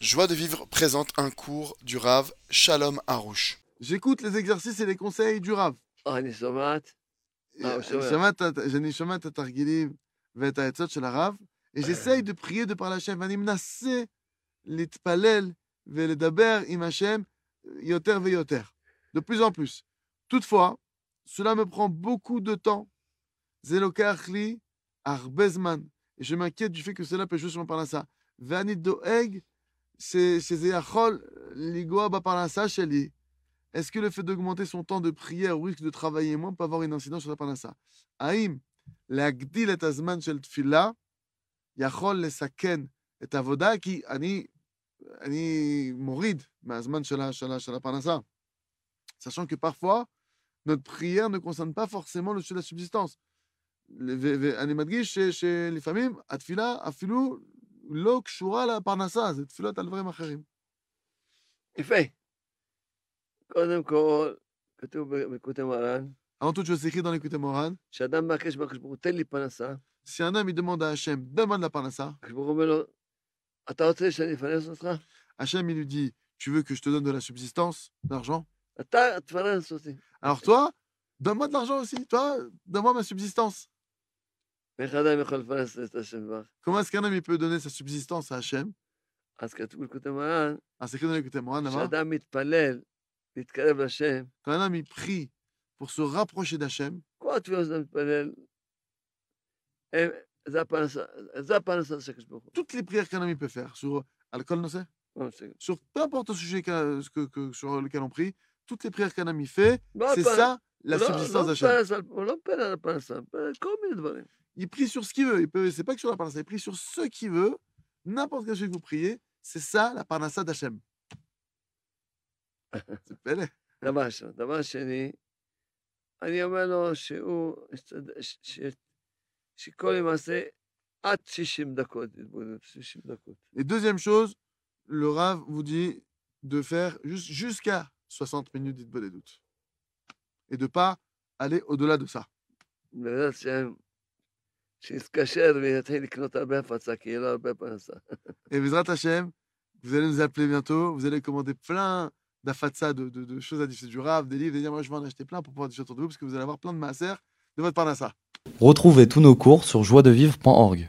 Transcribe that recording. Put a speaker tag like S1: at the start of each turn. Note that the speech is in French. S1: Joie de vivre présente un cours du Rav Shalom Harouche.
S2: J'écoute les exercices et les conseils du Rav.
S3: אה, אני שומעת, Ah,
S2: Euh,
S3: c'est vrai.
S2: שמע את ה- שאני שומע את התרגילים ואת העצות של הרב, וז'סי דה פריה דה פרלה השם, ואני מנסה להתפלל ולדבר עם השם יותר ויותר. De plus en plus. Toutefois, cela me prend beaucoup de temps. זה לוקח לי הרבה זמן. Et je m'inquiète du fait que cela peut jouer sur ma parnassa. ואני דואג ש- שזה יכול לנגוע בפרנסה שלי. Est-ce que le fait d'augmenter son temps de prière au risque de travailler moins peut avoir une incidence sur la parnassa האם להגדיל את הזמן של תפילה יכול לסכן את העבודה? כי אני, אני מוריד מהזמן של, ה- של, ה- של הפרנסה. Sachant que parfois, notre prière ne concerne pas forcément le sujet de la subsistance. ו- ואני מדגיש ש- שלפעמים התפילה אפילו לא קשורה לפרנסה, זה תפילות על דברים אחרים.
S3: יפה. קודם כל, כתוב בקוטי מרן,
S2: Avant toute chose, écrit dans l'écoute morane,
S3: שאדם מבקש מהקדוש ברוך הוא, תן לי פנסה,
S2: si un homme il demande à Hachem, donne-moi de la parnassa,
S3: הקדוש ברוך הוא אומר לו, אתה רוצה שאני אפרנס אותך?
S2: Hachem il lui dit, tu veux que je te donne de la subsistance, de l'argent
S3: אתה תפרנס אותי.
S2: Alors toi, donne-moi de l'argent aussi, toi, donne-moi ma subsistance.
S3: ואיך אדם יכול לפרנס את השם ברך?
S2: Comment est-ce qu'un homme il peut donner sa subsistance à Hachem
S3: אז כתוב בקוטי מרן,
S2: Ah, c'est écrit dans l'écoute morane là-bas.
S3: שאדם מתפלל להתקרב לשם,
S2: Quand un homme il prie pour se rapprocher d'Hachem,
S3: כל התפילות שאתה מתפלל, הם, זה הפרנסה, זה הפרנסה של הקדוש ברוך הוא.
S2: toutes les prières qu'un homme il peut faire sur alcool, non c'est
S3: לא משנה.
S2: sur peu importe le sujet qu'a- ce que, que- sur lequel on prie, toutes les prières qu'un homme il fait,
S3: לא
S2: c'est
S3: הפרנסה.
S2: ça la
S3: לא-
S2: subsistance
S3: לא
S2: d'Hachem.
S3: פרס על- הוא לא פרס על הפרנסה, הוא פרס על כל מיני דברים.
S2: Il prie sur ce qu'il veut. Il peut, c'est pas que sur la parnassa, il prie sur ce qu'il veut. N'importe quel sujet que vous priez, c'est ça la parnassa d'Hachem. C'est pélé.
S3: דבר ראשון. דבר שני, אני אומר לו שהוא, ישתד- ש- ש- שכל למעשה עד 60 דקות, התבוננות, 60 דקות.
S2: Et deuxième chose, le Rav vous dit de faire jus- jusqu'à 60 minutes d'Itbodedout. Et de pas aller au-delà de ça.
S3: בעזרת השם, שיתקשר ויתחיל לקנות הרבה הפצה, כי יהיה לו הרבה פרנסה.
S2: Et Bezrat Hachem, vous allez nous appeler bientôt, vous allez commander plein d'afatsa, de, de, de choses à diffuser du Rav, des livres, et dire moi je vais en acheter plein pour pouvoir diffuser autour de vous, parce que vous allez avoir plein de maaser de votre parnassa.
S4: Retrouvez tous nos cours sur joiedevivre.org.